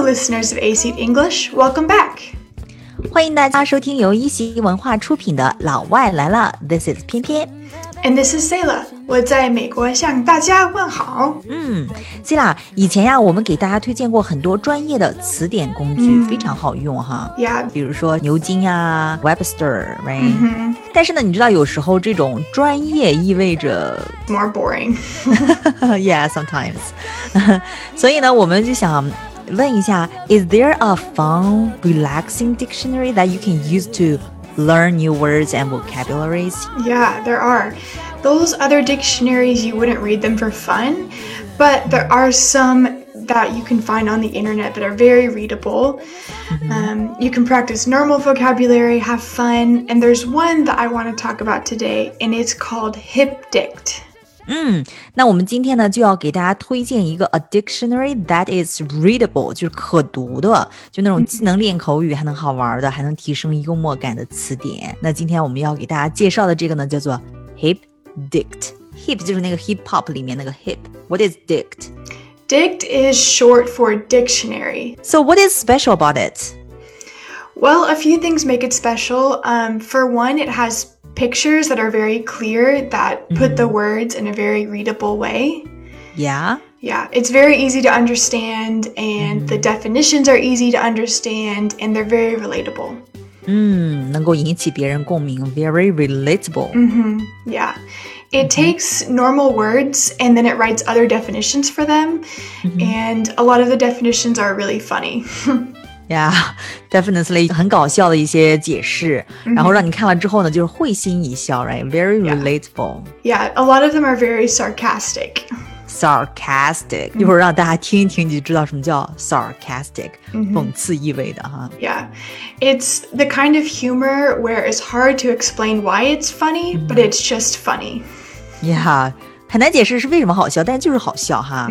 listeners of AC English, welcome back. 欢迎大家收听由一席文化出品的《老外来了》，This is 偏偏。 And this is Sayla，我在美国向大家问好。嗯，希拉，以前呀，我们给大家推荐过很多专业的词典工具，非常好用哈。 Yeah，比如说牛津呀、Webster，right？、嗯但是呢，你知道有时候这种专业意味着 哼，more boring。 ，yeah，sometimes 。 所以呢，我们就想问一下，Is there a fun, relaxing dictionary that you can use to learn new words and vocabularies？ Yeah, there are. Those other dictionaries, you wouldn't read them for fun, but there are some that you can find on the internet that are very readable. Um, you can practice normal vocabulary, have fun, and there's one that I want to talk about today, and it's called Hipdict. 嗯，那我们今天呢就要给大家推荐一个 a dictionary that is readable，就是可读的，就那种既能练口语，还能好玩的，还能提升幽默感的词典。那今天我们要给大家介绍的这个呢，叫做 hip dict。hip 就是那个 hip hop 里面那个 hip。What is dict? Dict is short for dictionary, So what is special about it? Well, a few things make it special. Um, for one, it has pictures that are very clear that put the words in a very readable way. Yeah. Yeah, it's very easy to understand, and the definitions are easy to understand, and they're very relatable. 嗯，能够引起别人共鸣，very relatable。 hmm Yeah. It takes normal words and then it writes other definitions for them, and a lot of the definitions are really funny. Yeah, definitely 很搞笑的一些解释，然后让你看了之后呢，就是会心一笑，right？Very Yeah. relatable, yeah, a lot of them are very sarcastic. sarcastic。一会儿让大家听一听，你就知道什么叫 sarcastic，讽刺意味的哈。 Yeah. It's the kind of humor where it's hard to explain why it's funny, but it's just funny. Yeah，很难解释是为什么好笑，但就是好笑哈。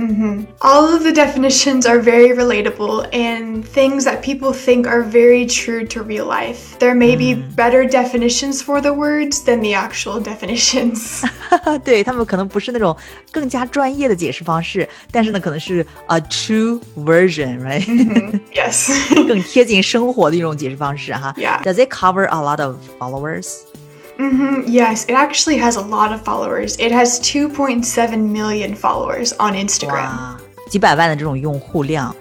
All of the definitions are very relatable and things that people think are very true to real life. There may be better definitions for the words than the actual definitions. 对他们可能不是那种更加专业的解释方式，但是呢，可能是 a true version，right？、 yes. 更贴近生活的一种解释方式哈。 Yeah. Does it cover a lot of followers？ hmm Yes, it actually has a lot of followers. It has 2.7 million followers on Instagram. 哇，几百万的这种用户量。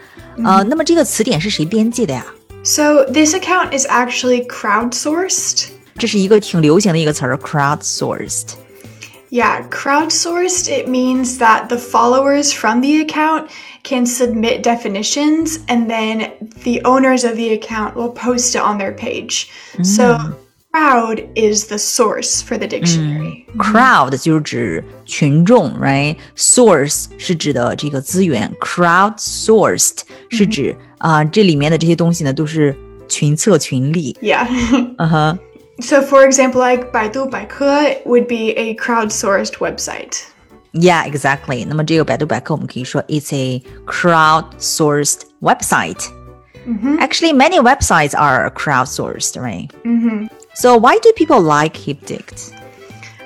呃，那么这个词典是谁编辑的呀？ So, this account is actually crowdsourced. 这是一个挺流行的一个词儿，crowdsourced。 Yeah, crowdsourced, it means that the followers from the account can submit definitions and then the owners of the account will post it on their page. So, crowd is the source for the dictionary. Hmm. Crowd 就是指群众，right？Source 是指的这个资源，crowdsourced 是指啊、这里面的这些东西呢都是群策群力。 Yeah. 嗯哼， so, for example, like Baidu Baike would be a crowdsourced website. Yeah，exactly。那么这个百度百科，我们可以说 it's a crowdsourced website。Actually, many websites are crowdsourced, right? So why do people like HipDict?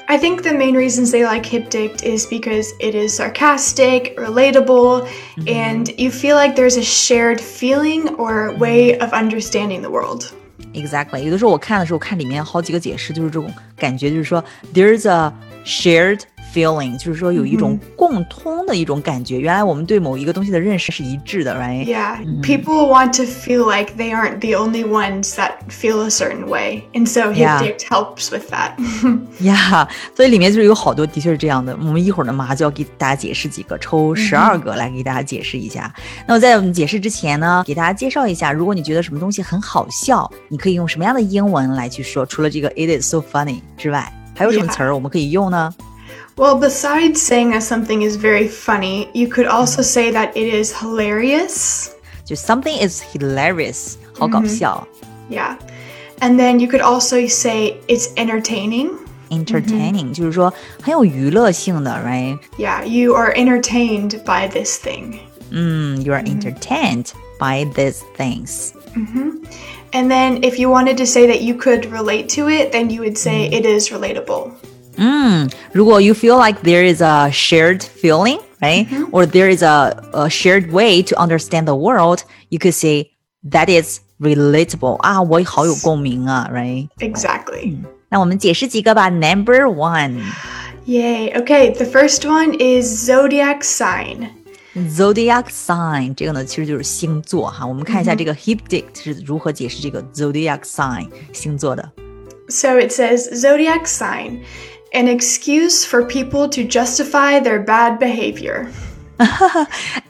I think the main reasons they like Hipdict is because it is sarcastic, relatable, and you feel like there's a shared feeling or way of understanding the world. Exactly. 有的时候我看的时候，看里面好几个解释，就是这种感觉，就是说 there's a shared feeling，就是说有一种共通的一种感觉。原来我们对某一个东西的认识是一致的，right? Yeah, people want to feel like they aren't the only ones that feel a certain way, and so Yeah. Hipdict helps with that. 呀所以里面就是有好多的确是这样的。我们一会儿呢，马上就要给大家解释几个，抽十二个来给大家解释一下。那么在我们解释之前呢，给大家介绍一下，如果你觉得什么东西很好笑，你可以用什么样的英文来去说？除了这个 "It is so funny" 之外，还有什么 Yeah 词儿我们可以用呢 well, besides saying that something is very funny, you could also say that it is hilarious. 就 "Something is hilarious"，好搞笑、 Yeah. And then you could also say it's entertaining. e n t e r t a i n i n g 就是说很有娱乐性的，right？ Yeah, you are entertained by this thing. 嗯，You are entertained by these things。 And then if you wanted to say that you could relate to it, then you would say it is relatable. Mm. 嗯，如果 you feel like there is a shared feeling， right? Or there is a, a shared way to understand the world. You could say that is relatable. 啊，我好有共鸣啊，right? Exactly. 那我们解释几个吧。Number one, Yay. Okay, the first one is zodiac sign. zodiac sign，这个呢其实就是星座哈。我们看一下这个 Hipdict 是如何解释这个 zodiac sign 星座的。 So it says zodiac sign, an excuse for people to justify their bad behavior.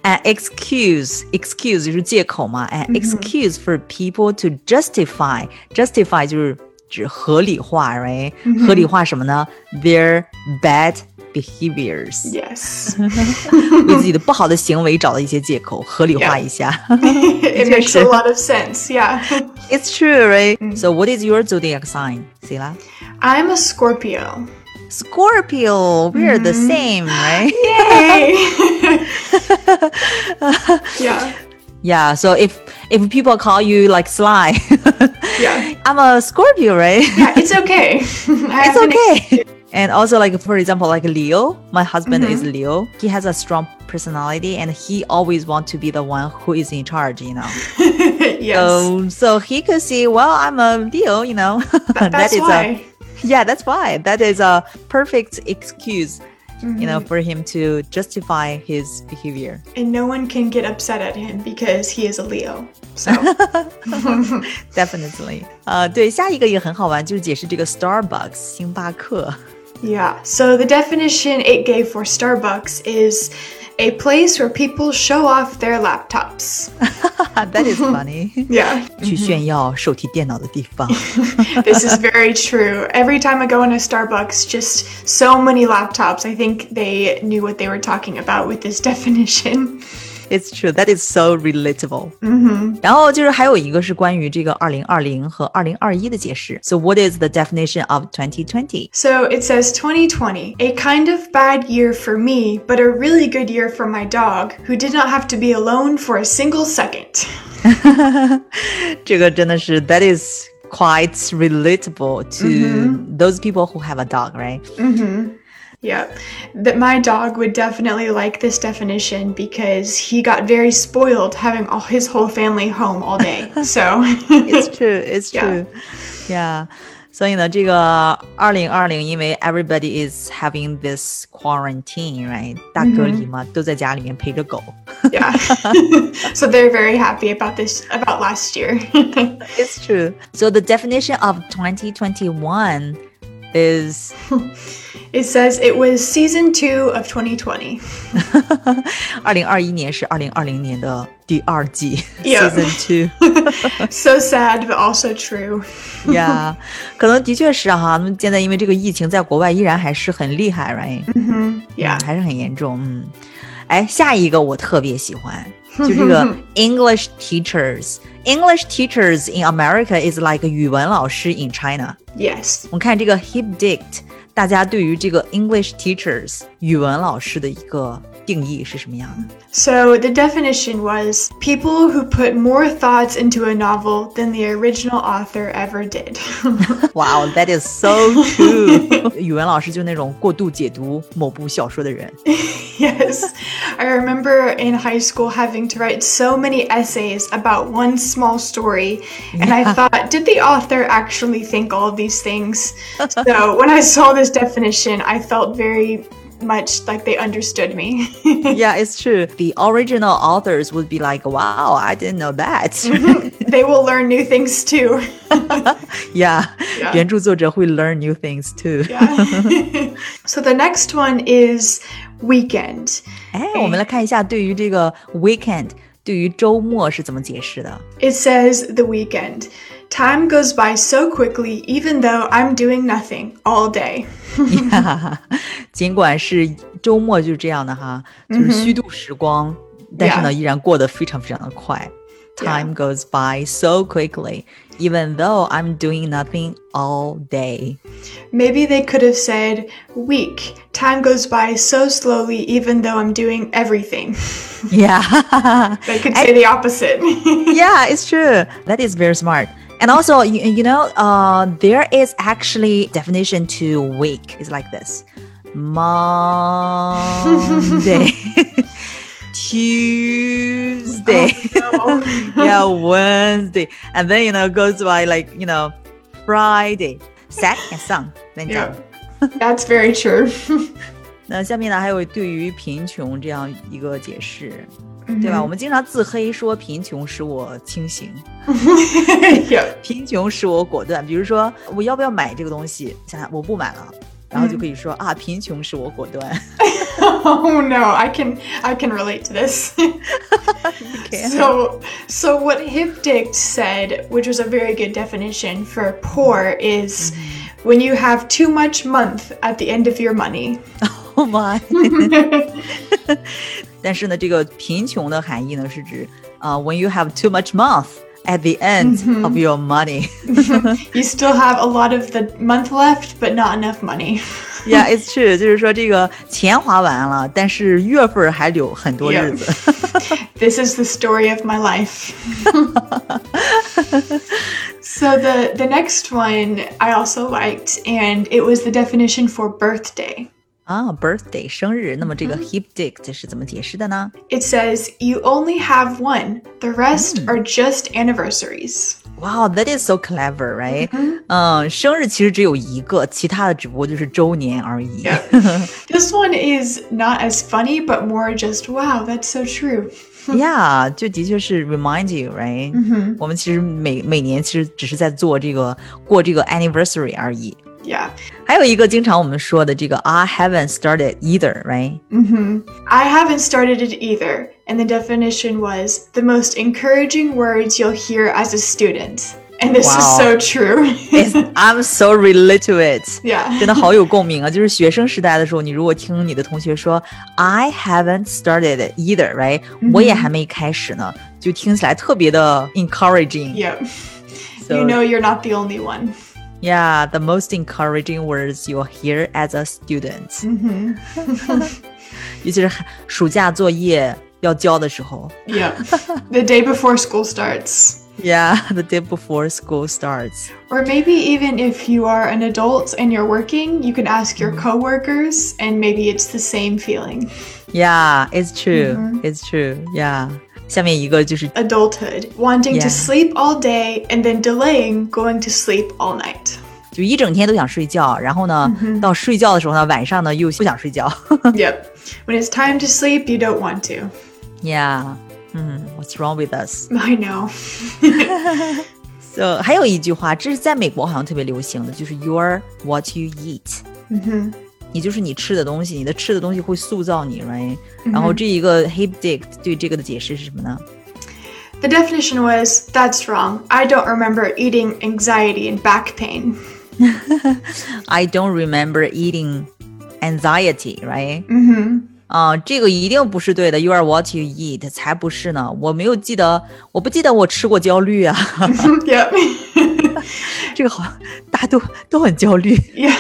哎 Uh, excuse excuse 就是借口嘛，哎 excuse for people to justify justify 就是指合理化，right？合理化什么呢？Their bad behaviors， Yes. 为自己的不好的行为找到一些借口，合理化一下。 it makes a lot of sense. Yeah. It's true, right? So what is your zodiac sign? 谁啦 I'm a Scorpio. Scorpio, we're the same, right? Yay. yeah. Yeah. So if if people call you like sly, Yeah. I'm a Scorpio, right? Yeah, it's okay. I have an it's okay. And also, like for example, like Leo, my husband is Mm-hmm. Leo. He has a strong personality, and he always wants to be the one who is in charge. You know, ex- yes. so so he could see, well, I'm a Leo. You know, Th- that's that is uh, why. a yeah, that's why that is a perfect excuse. You Mm-hmm. know, for him to justify his behavior. and no one can get upset at him because he is a Leo. So Definitely，呃，对，下一个也很好玩，就是解释这个 Starbucks 星巴克。 yeah. So the definition it gave for Starbucks is a place where people show off their laptops. That is funny， Yeah. 去炫耀手提电脑的地方。 This is very true. Every time I go into Starbucks, just so many laptops. I think they knew what they were talking about with this definition. It's true, that is so relatable. 然后就是还有一个是关于这个二零二零和二零二一的解释。So what is the definition of 2020? So it says 2020, a kind of bad year for me, but a really good year for my dog, who did not have to be alone for a single second. 这个真的是 that is quite relatable to、those people who have a dog, right? Yep. That my dog would definitely like this definition because he got very spoiled having all his whole family home all day. So It's true, it's true. Yeah. 所以呢，这个二零二零，因为 everybody is having this quarantine，right？大隔离嘛都在家里面陪着狗。 yeah. so they're very happy about this about last year. It's true. So the definition of 2021 is it says it was season 2 of 2020. 2021年是2020年的第二季 Yeah. season two。 So sad but also true. Yeah，可能的确是哈。那么现在因为这个疫情，在国外依然还是很厉害，right？嗯 Yeah. 还是很严重。嗯，哎，下一个我特别喜欢，就 这个 English teachers。English teachers in America is like 语文老师 in China。 Yes. 我们看这个 Hipdict，大家对于这个 English teachers 语文老师的一个定义是什么样的？ So the definition was people who put more thoughts into a novel than the original author ever did. 哇、哦 t h a t is so true。语文老师就是那种过度解读某部小说的人。 Yes. I remember in high school having to write so many essays about one small story. And I thought, did the author actually think all of these things? So when I saw this definition, I felt very much like they understood me. Yeah, it's true. The original authors would be like, "Wow, I didn't know that." they will learn new things too. yeah， Yeah. 原著作者会 learn new things too。 So the next one is weekend. 哎，我们来看一下对于这个 weekend，对于周末是怎么解释的。 It says the weekend. Time goes by so quickly, even though I'm doing nothing all day. 尽管是周末就是这样的哈，就是虚度时光，但是呢， Yeah. 依然过得非常非常的快。Time goes by so quickly, even though I'm doing nothing all day. Maybe they could have said, week. Time goes by so slowly, even though I'm doing everything. Yeah, They could say the opposite. yeah, it's true. That is very smart. And also, you, you know, uh, there is actually definition to week. It's like this. Monday. Tuesday. No. yeah, Wednesday, and then you know goes by like you know Friday, Saturday, Sun 等等。 Yeah. That's very true. 那下面呢，还有对于贫穷这样一个解释， Mhm. 对吧？我们经常自黑说贫穷使我清醒， yeah. 贫穷使我果断。比如说，我要不要买这个东西？想想我不买了，然后就可以嗯说、啊，贫穷使我果 断。 Oh no, I can I can relate to this. So, so what Hipdict said, which was a very good definition for poor, is when you have too much month at the end of your money. Oh my！但是呢，这个贫穷的含义呢，是指啊、w h e n you have too much mouth at the end Mm-hmm. of your money。 You still have a lot of the month left, but not enough money. Yeah, it's true，就是说这个钱花完了，但是月份儿还留很多日子。 This is the story of my life. so the the next one I also liked, and it was the definition for birthday. 啊、b i r t h d a y 生日，那么这个 hip dict 是怎么解释的呢？ It says you only have one. The rest are just anniversaries. 哇、t h a t is so clever, right？嗯、生日其实只有一个，其他的只不过就是周年而已。 This one is not as funny, but more just wow, that's so true. yeah，就的确是 remind you, right？、我们其实每每年其实只是在做这个过这个 anniversary 而已。 Yeah. 还有一个经常我们说的这个 I haven't started either, right？Mm-hmm. I haven't started it either, and the definition was the most encouraging words you'll hear as a student. And this Wow. is so true. It's, I'm so relate to it。真 yeah. 的好有共鸣啊！就是学生时代的时候，你如果听你的同学说 "I haven't started either", right？、我嗯也还没开始呢，就听起来特别的 encouraging。 Yep. So, you know you're not the only one. yeah, the most encouraging words you'll hear as a student，、尤其是暑假作业要交的时候。 Yep. the day before school starts. Yeah, the day before school starts. Or maybe even if you are an adult and you're working, you can ask your coworkers, and maybe it's the same feeling. Yeah, it's true. 嗯 It's true. Yeah. 下面一个就是 Adulthood, wanting Yeah. to sleep all day and then delaying going to sleep all night. 就一整天都想睡觉，然后呢，到睡觉的时候呢，晚上呢又不想睡觉。 yep. When it's time to sleep, you don't want to. yeah，嗯，What's wrong with us？ I know. 呃，还有一句话，这是在美国好像特别流行的，就是 You're what you eat。嗯你就是你吃的东西，你的吃的东西会塑造你，right？、然后这一个 hip dick 对这个的解释是什么呢？ The definition was that's wrong. I don't remember eating anxiety and back pain. I don't remember eating anxiety, right？嗯哼，啊，这个一定不是对的。You are what you eat，才不是呢。我没有记得，我不记得我吃过焦虑啊。 yep. 这个好，像大家都都很焦虑。 yeah.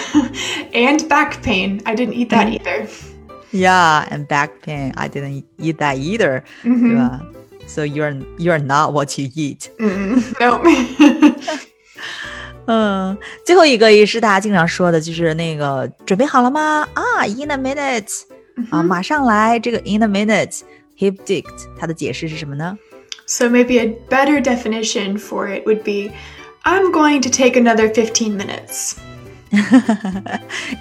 And back pain. I didn't eat that either. Yeah, and back pain. I didn't eat that either，、对吧？So you're you're not what you eat。 No. 嗯，最后一个也是大家经常说的，就是那个准备好了吗？啊，in a minute，啊，马上来。这个 in a minute，hip dict，它的解释是什么呢？ So maybe a better definition for it would be I'm going to take another 15 minutes.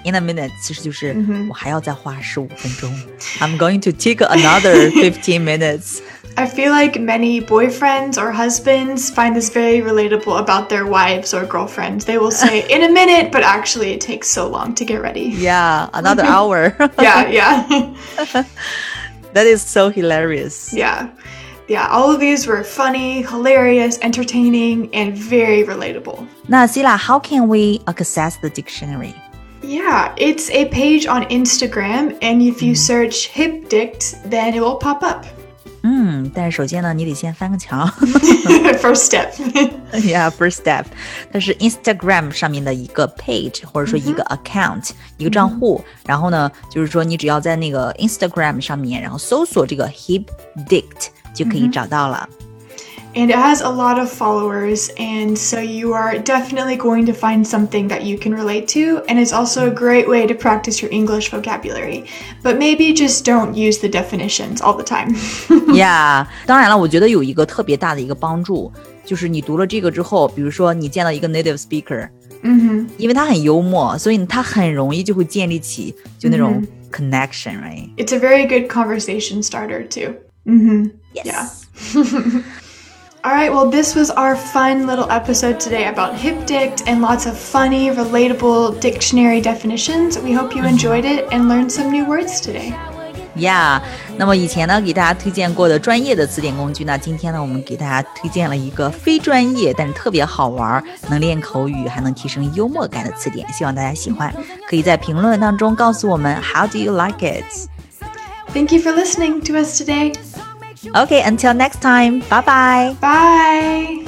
In a minute，其实就是我还要再花十五分钟。I'm going to take another fifteen minutes。 I feel like many boyfriends or husbands find this very relatable about their wives or girlfriends. They will say in a minute, but actually it takes so long to get ready. Yeah, another hour. Yeah, yeah. That is so hilarious. yeah. Yeah, all of these were funny, hilarious, entertaining, and very relatable. 那 Sila，how can we access the dictionary？ Yeah, it's a page on Instagram, and if you search hip dict, then it will pop up. 嗯，但是首先呢，你得先翻个墙。 First step. Yeah, first step，它是 Instagram 上面的一个 page，或者说一个 account，、一个账户。然后呢，就是说你只要在那个 Instagram 上面，然后搜索这个 hip dict 就可以找到了。 and it has a lot of followers. And so you are definitely going to find something that you can relate to. And it's also a great way to practice your English vocabulary. But maybe just don't use the definitions all the time. yeah，当然了，我觉得有一个特别大的一个帮助，就是你读了这个之后，比如说你见到一个 native speaker， hmm 因为他很幽默，所以他很容易就会建立起就那种 connection，right？ It's a very good conversation starter, too. hmm Yeah. All right, well, this was our fun little episode today about HipDict and lots of funny, relatable dictionary definitions. We hope you enjoyed it and learned some new words today. Yeah，那么以前呢给大家推荐过的专业的词典工具呢，今天呢我们给大家推荐了一个非专业但是特别好玩儿，能练口语还能提升幽默感的词典，希望大家喜欢。可以在评论当中告诉我们 How do you like it？OK，until、 Thank you for listening to us today. until next time，拜拜。 Bye.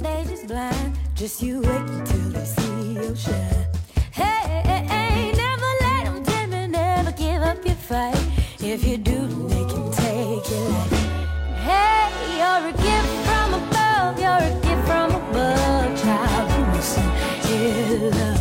They just blind, just you wait until they see you shine. Hey, hey, hey, never let 'em dim it, never give up your fight. If you do, they can take your life. Hey, you're a gift from above, you're a gift from above, child. Listen, here, love. oh.